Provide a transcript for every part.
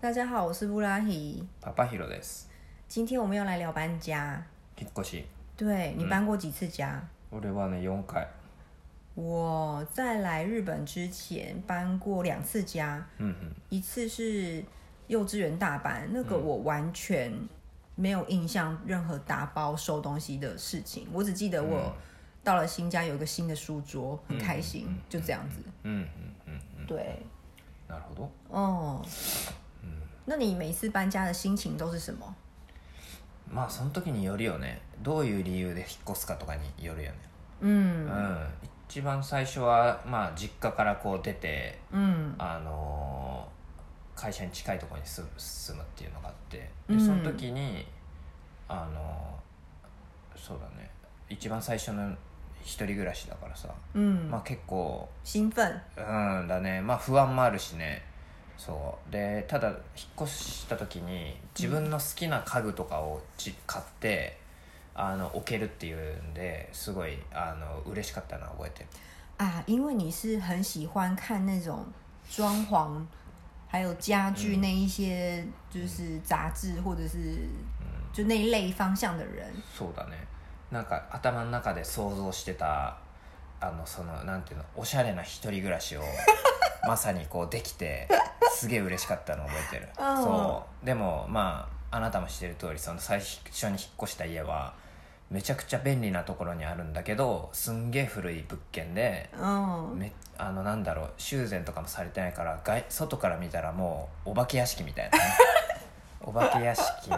大家好，我是布拉希。パパヒロです。今天我们要来聊搬家。引っ越し。对你搬过几次家？俺はね、4回。我在来日本之前搬过两次家，うんうん。一次是幼稚园大班，那个我完全没有印象任何打包收东西的事情，我只记得我到了新家有一个新的书桌，很开心，就这样子。うんうんうん。对，なるほど。哦，那你每次搬家的心情都是什么？まあ、その時によるよね。どういう理由で引っ越すかとかによるよね。嗯うん。一番最初は、まあ、実家からこう出て、嗯あのー会社に近いところに住む住むっていうのがあって、うで、んその時に、あのーそうだね。一番最初の一人暮らしだからさ、嗯，まあ結構、兴奋。うんだねまあ不安もあるしねそうでただ引っ越した時に自分の好きな家具とかをじ買ってあの置けるっていうんですごいあの嬉しかったのは覚えてる啊，因为你是很喜欢看那种装潢，还有家具那一些，就是杂志或者是就那一类方向的人。そうだねなんか頭の中で想像してたあのそのなんていうのおしゃれな一人暮ら しをまさにこうできてすげえ嬉しかったのを覚えてるあーそうでもまああなたも知ってる通りその最初に引っ越した家はめちゃくちゃ便利なところにあるんだけどすんげえ古い物件で嗯，めあのなんだろう修繕とかもされてないから外外から見たらもうお化け屋敷みたい なねお化け屋敷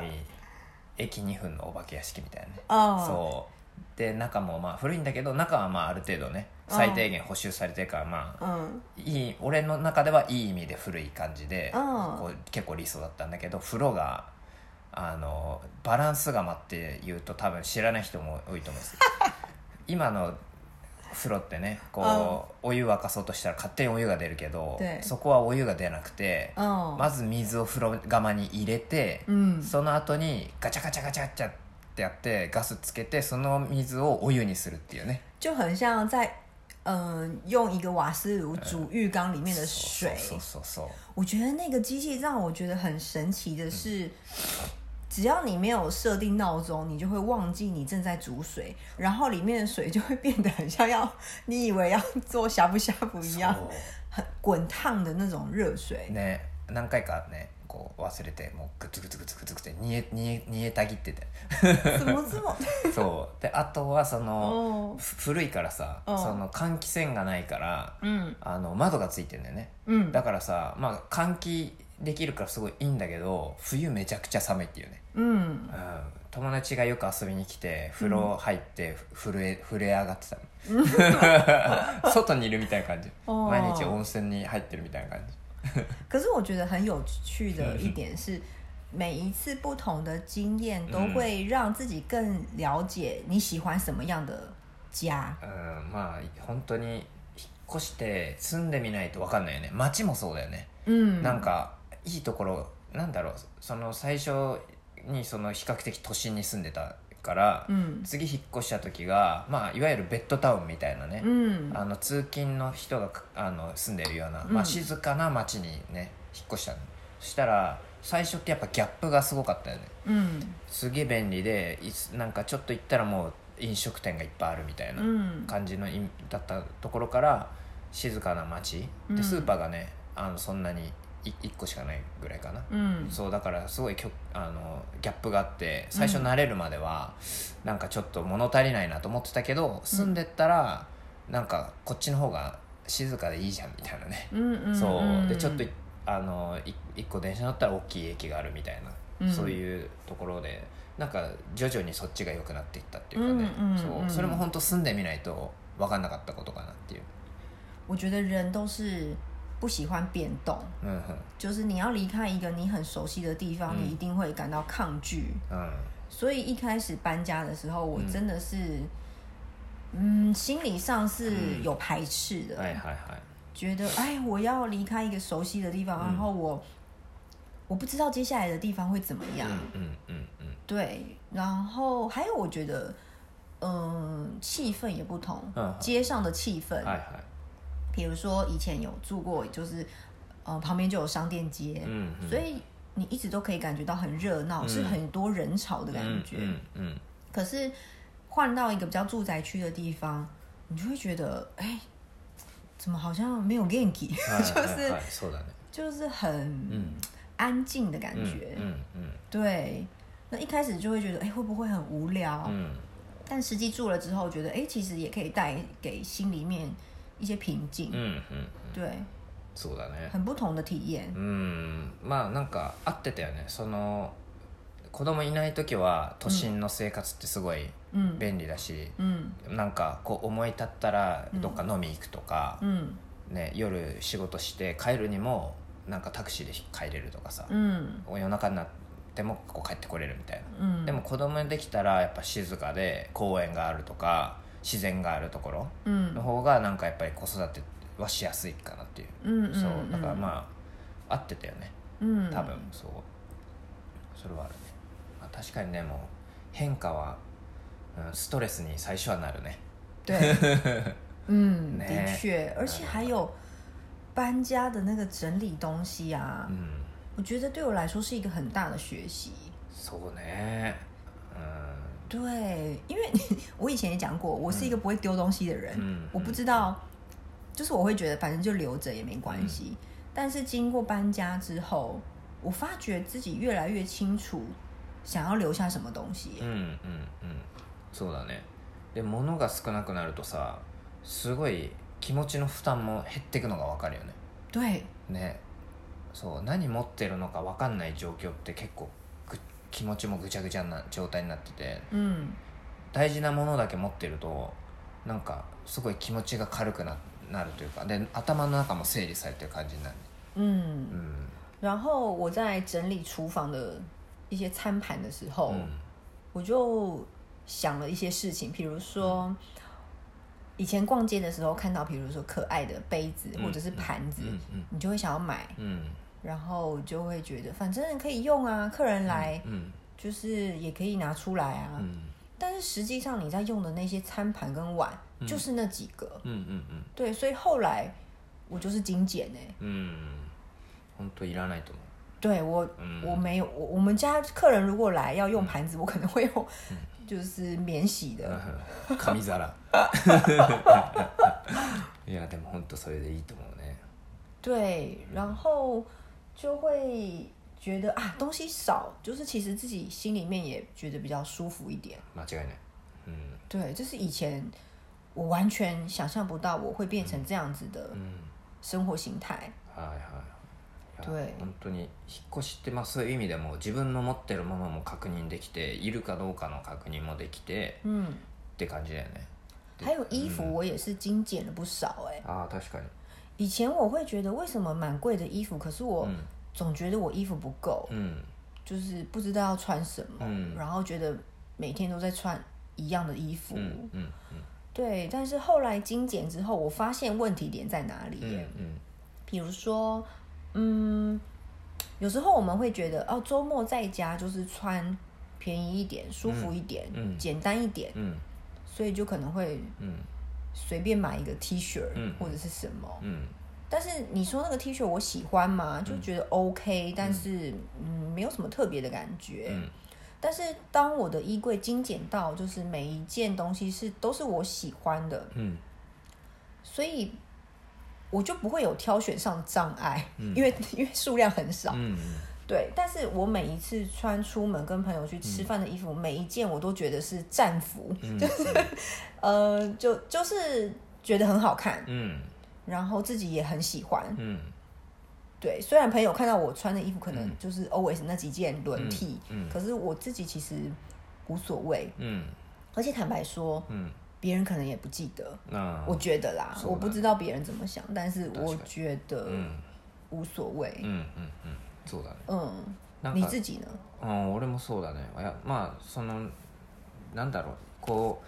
駅2分のお化け屋敷みたいなね哦，そうで中もまあ古いんだけど中はまあある程度ね最低限補修されてるからまあ嗯いい俺の中ではいい意味で古い感じでうんこう結構理想だったんだけど風呂があのバランス釜っていうと多分知らない人も多いと思うんです今の風呂ってねこうお湯沸かそうとしたら勝手にお湯が出るけど对そこはお湯が出なくて嗯まず水を風呂釜に入れて、嗯その後にガチャガチャガチャガチャってやってガスつけてその水をお湯にするっていうね就很像在嗯、用一个瓦斯炉煮浴缸里面的水。そうそうそう我觉得那个机器让我觉得很神奇的是，只要你没有设定闹钟，你就会忘记你正在煮水，然后里面的水就会变得很像要你以为要做呷不呷不一样，そう很滚烫的那种热 水。ね何回かねこう忘れてもうグツグツグツグツグツ煮え煮え煮えたぎってて怎么这么？そうであとはその哦，ふ古いからさうんその換気扇がないから嗯あの窓がついてんだよね嗯だからさまあ換気できるからすごいいいんだけど冬めちゃくちゃ寒いっていうね嗯う，ん友達がよく遊びに来て風呂入ってふ震え震え上がってたの 外にいるみたいな感じ哦毎日温泉に入ってるみたいな感じ可是我觉得很有趣的一点是，每一次不同的经验都会让自己更了解你喜欢什么样的家。うんまあ本当に引っ越して住んでみないと分かんないよね街もそうだよね、嗯，なんかいいところなんだろうその最初にその比較的都心に住んでたから、嗯次引っ越した時がまあいわゆるベッドタウンみたいなね、嗯あの通勤の人がかあの住んでるような、うんまあ、静かな町にね引っ越したのそしたら最初ってやっぱギャップがすごかったよね嗯すげえ便利でいつなんかちょっと行ったらもう飲食店がいっぱいあるみたいな嗯感じのいだったところから静かな町うでんスーパーがねあのそんなに1個しかないぐらいかな、嗯そうだからすごいきょあのギャップがあって最初慣れるまでは、なんかちょっと物足りないなと思ってたけど住んでったら、なんかこっちの方が静かでいいじゃんみたいなね、嗯嗯，そうで嗯ちょっといあのい一個電車乗ったら大きい駅があるみたいな、うんそういうところでなんか徐々にそっちが良くなっていったっていうかね、うんうんうそんうそれも本当住んでみないと分かんなかったことかなっていう。我觉得人都是不喜欢变动，うんうん就是你要离开一个你很熟悉的地方，嗯你一定会感到抗拒。うん所以一开始搬家的时候，我嗯真的是，嗯，心理上是嗯有排斥的，はいはいはい觉得哎，我要离开一个熟悉的地方，然后我我不知道接下来的地方会怎么样。うんうんうん对，然后还有我觉得，嗯，气氛也不同，嗯哎街上的气氛，はいはい比如说以前有住过，就是呃旁边就有商店街，うんうん所以你一直都可以感觉到很热闹，是很多人潮的感觉。嗯嗯嗯可是换到一个比较住宅区的地方，你就会觉得，哎、怎么好像没有 genki， はい 就はい是はいそうだね就是う很ん安静的感うん觉。うんうん对，那一开始就会觉得，哎、会不会很无聊？うん但实际住了之后，觉得，哎、其实也可以带给心里面一些平静。うんうん对，そうだね很不同的体验う。んまあなんか合ってたよねその子供いない時は都心の生活ってすごい嗯便利だし、嗯なんかこう思い立ったらうんどっか飲み行くとか、嗯ね、夜仕事して帰るにもなんかタクシーで帰れるとかさ、嗯夜中になってもこう帰ってこれるみたいな、嗯，でも子供できたらやっぱ静かで公園があるとか自然があるところ嗯の方がなんかやっぱり子育てはしやすいかなっていう、嗯そう嗯だから嗯まあ合ってたよね嗯，多分そうそれはあるね、まあ、確かにねもう変化は、うん、ストレスに最初はなるね对，嗯，ね的确，而且还有搬家的那个整理东西啊，うん我觉得对我来说是一个很大的学习。そうね对，因为 我以前也讲过，我是一个不会丢东西的人，嗯我不知道，就是我会觉得反正就留着也没关系。但是经过搬家之后，我发觉自己越来越清楚想要留下什么东西うん。うんうんうんそうだねで物が少なくなるとさすごい気持ちの負担も減っていくのが分かるよね对，ねそう何持ってるのか分かんない状況って結構ぐ気持ちもぐちゃぐちゃな状態になってて嗯，大事なものだけ持ってるとなんかすごい気持ちが軽くななるというかで頭の中も整理されてる感じになる、嗯。うん然后我在整理厨房的一些餐盘的时候，うん我就想了一些事情，比如说、嗯以前逛街的时候看到，比如说可爱的杯子嗯或者是盘子，うん你就会想要买，うんうん然后就会觉得反正可以用啊，客人来、うん就是也可以拿出来啊。うん但是实际上你在用的那些餐盘跟碗、就是那几个，うんうん对，所以后来我就是精简哎、うんうん本当いらないと 思对我う、うん、我没有，我我们家客人如果来要用盘子，我可能会用 就是免洗的。うん紙皿いやでも本当それでいいと思うね对，然后就会觉得啊，东西少，就是其实自己心里面也觉得比较舒服一点。間違いないうん对，这是以前我完全想象不到我会变成这样子的うん生活形态。はいはいいや对本当に引っ越しってまあそういう意味でも自分の持ってるものも確認できているかどうかの確認もできて嗯，って感じだよね还有衣服我也是精简了不少哎、ああ確かに以前我会觉得为什么蛮贵的衣服，可是我うん总觉得我衣服不够。うん就是不知道要穿什么，嗯然后觉得每天都在穿一样的衣服，うんうんうん对。但是后来精简之后，我发现问题点在哪里うん耶、比如说，嗯，有时候我们会觉得哦，周末在家就是穿便宜一点、舒服一点、嗯简单一点，うん所以就可能会うん随便买一个 T 恤嗯或者是什么。うん但是你说那个 T 恤我喜欢嘛，就觉得 OK，、但是嗯，没有什么特别的感觉。うん但是当我的衣柜精简到，就是每一件东西是都是我喜欢的，うん所以我就不会有挑选上障碍，因为 因为数量很少。うん对，但是我每一次穿出门跟朋友去吃饭的衣服，每一件我都觉得是战服，呃，就就是觉得很好看，うん然后自己也很喜欢。うん对，虽然朋友看到我穿的衣服可能就是 always 那几件轮替，嗯嗯嗯可是我自己其实无所谓。うん而且坦白说，うん别人可能也不记得，あ我觉得啦，そう我だね不知道别人怎么想，但是我確かに觉得あうん无所うんう谓。んうんそうだね嗯，なん你か自己呢？うん、俺もそうだねいやまあそのなんだろうこ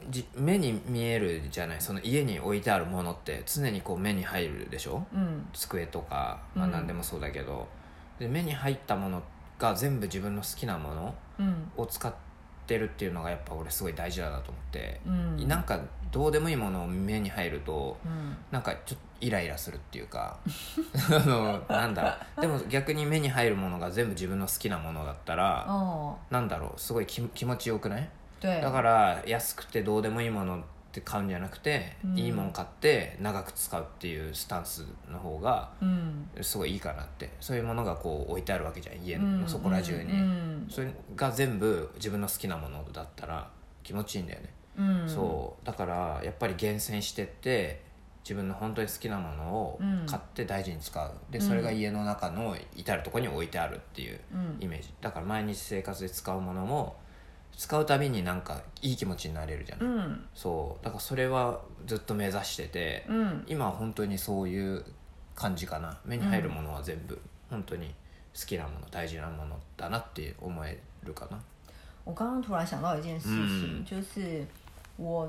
うじ目に見えるじゃないその家に置いてあるものって常にこう目に入るでしょ嗯机とか、まあ、うん何でもそうだけど、で目に入ったものが全部自分の好きなもの嗯を使っってるっていうのがやっぱ俺すごい大事だなと思って、うんなんかどうでもいいものを目に入るとうんなんかちょっとイライラするってい うかあのなんだろうでも逆に目に入るものが全部自分の好きなものだったら哦，なんだろうすごい気気持ちよくない对，だから安くてどうでもいいものって買うんじゃなくて、うんいいもん買って長く使うっていうスタンスの方が嗯，すごいいいかなってそういうものがこう置いてあるわけじゃん家嗯のそこら中に、嗯それが全部自分の好きなものだったら気持ちいいんだよね、嗯，そうだからやっぱり厳選してって自分の本当に好きなものをうん買って大事に使う、でうんそれが家の中の至る所に置いてあるっていう嗯イメージだから毎日生活で使うものも使うたびになんかいい気持ちになれるじゃない、嗯そうだからそれはずっと目指してて、嗯今は本当にそういう感じかな目に入るものは全部、本当に好きなもの大事なものだなって思えるかな我刚刚突然想到一件事情，嗯就是我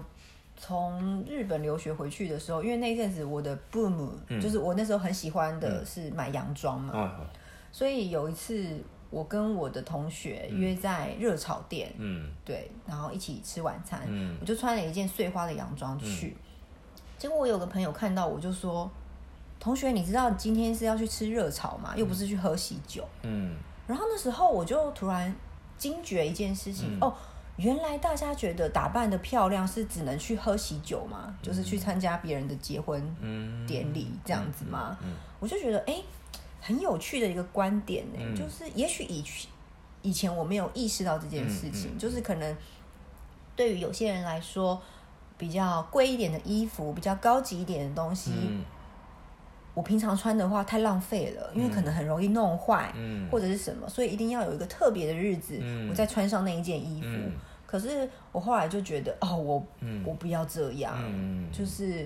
从日本留学回去的时候，因为那一阵子我的 boom、嗯哦就是我那时候很喜欢的是买洋装嘛，はいは所以有一次我跟我的同学嗯约在热炒店，いうん对，然后一起吃晚餐，うん我就穿了一件碎花的洋装嗯去。结果我有个朋友看到我就说：“同学，你知道今天是要去吃热炒吗？嗯又不是去喝喜酒。うん然后那时候我就突然惊觉一件事情、嗯哦。原来大家觉得打扮的漂亮是只能去喝喜酒吗？就是去参加别人的结婚うん典礼这样子吗？うん我就觉得哎、诶很有趣的一个观点呢、嗯就是也许以去以前我没有意识到这件事情，嗯嗯就是可能对于有些人来说，比较贵一点的衣服，比较高级一点的东西，うん我平常穿的话太浪费了，因为嗯可能很容易弄坏。うん或者是什么，所以一定要有一个特别的日子，嗯我再穿上那一件衣服。嗯可是我后来就觉得，哦，我、嗯我不要这样，嗯就是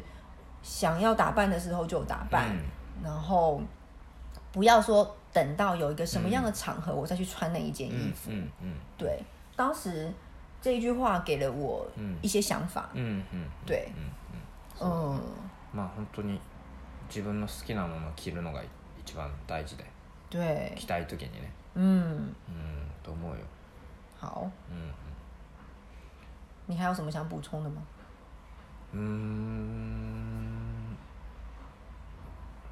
想要打扮的时候就打扮，嗯然后不要说等到有一个什么样的场合我再去穿那一件衣服。うんうん对，当时这一句话给了我嗯一些想法。うんうんうん对，うん嗯，まあ本当に自分の好きなものを着るのが一番大事で对，着たい時にね嗯，うんと思うよ好，うん你还有什么想补充的吗？うーん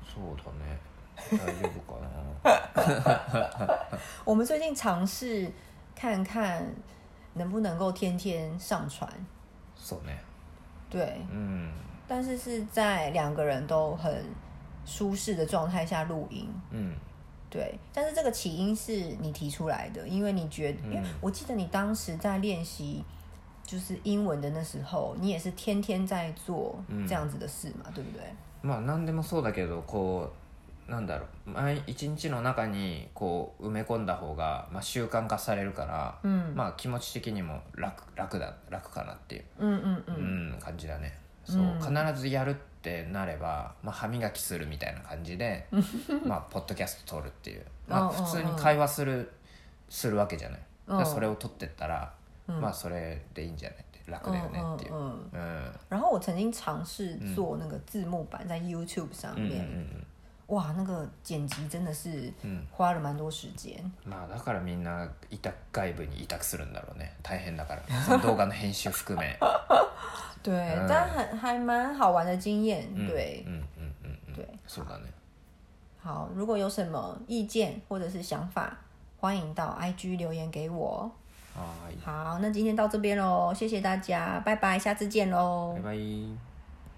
そうだね大丈夫か な我们最近尝试看看能不能够天天上传，そうね对，うん但是是在两个人都很舒适的状态下录音，うん对。但是这个起因是你提出来的，因为你觉得，因为我记得你当时在练习就是英文的那时候，你也是天天在做这样子的事嘛，对不对？まあ何でもそうだけどこうなんだろう毎一日の中にこう埋め込んだ方が、まあ、習慣化されるから、嗯まあ気持ち的にも楽楽だ楽かなっていう嗯嗯う嗯ん、感じだねそう、うん必ずやるってなれば、まあ、歯磨きするみたいな感じ でまあポッドキャスト撮るっていう、まあ、うんうんうん普通に会話するするわけじゃないだからうんそれを撮ってったら、まあそれでいいんじゃないって楽だよねっていう、嗯。うん然后我曾经尝试做那个字幕版在 YouTube 上うんうんう面，ん哇，那个剪辑真的是嗯花了蛮多时间。まあだからみんな委託外部に委託するんだろうね大変だ からその動画の編集含め对，嗯但很还蛮好玩的经验。うん对、うんうんうんうん对，そうだね好，如果有什么意见或者是想法，欢迎到 IG 留言给我。はーい好，那今天到这边喽，谢谢大家，拜拜，下次见喽，バイバイ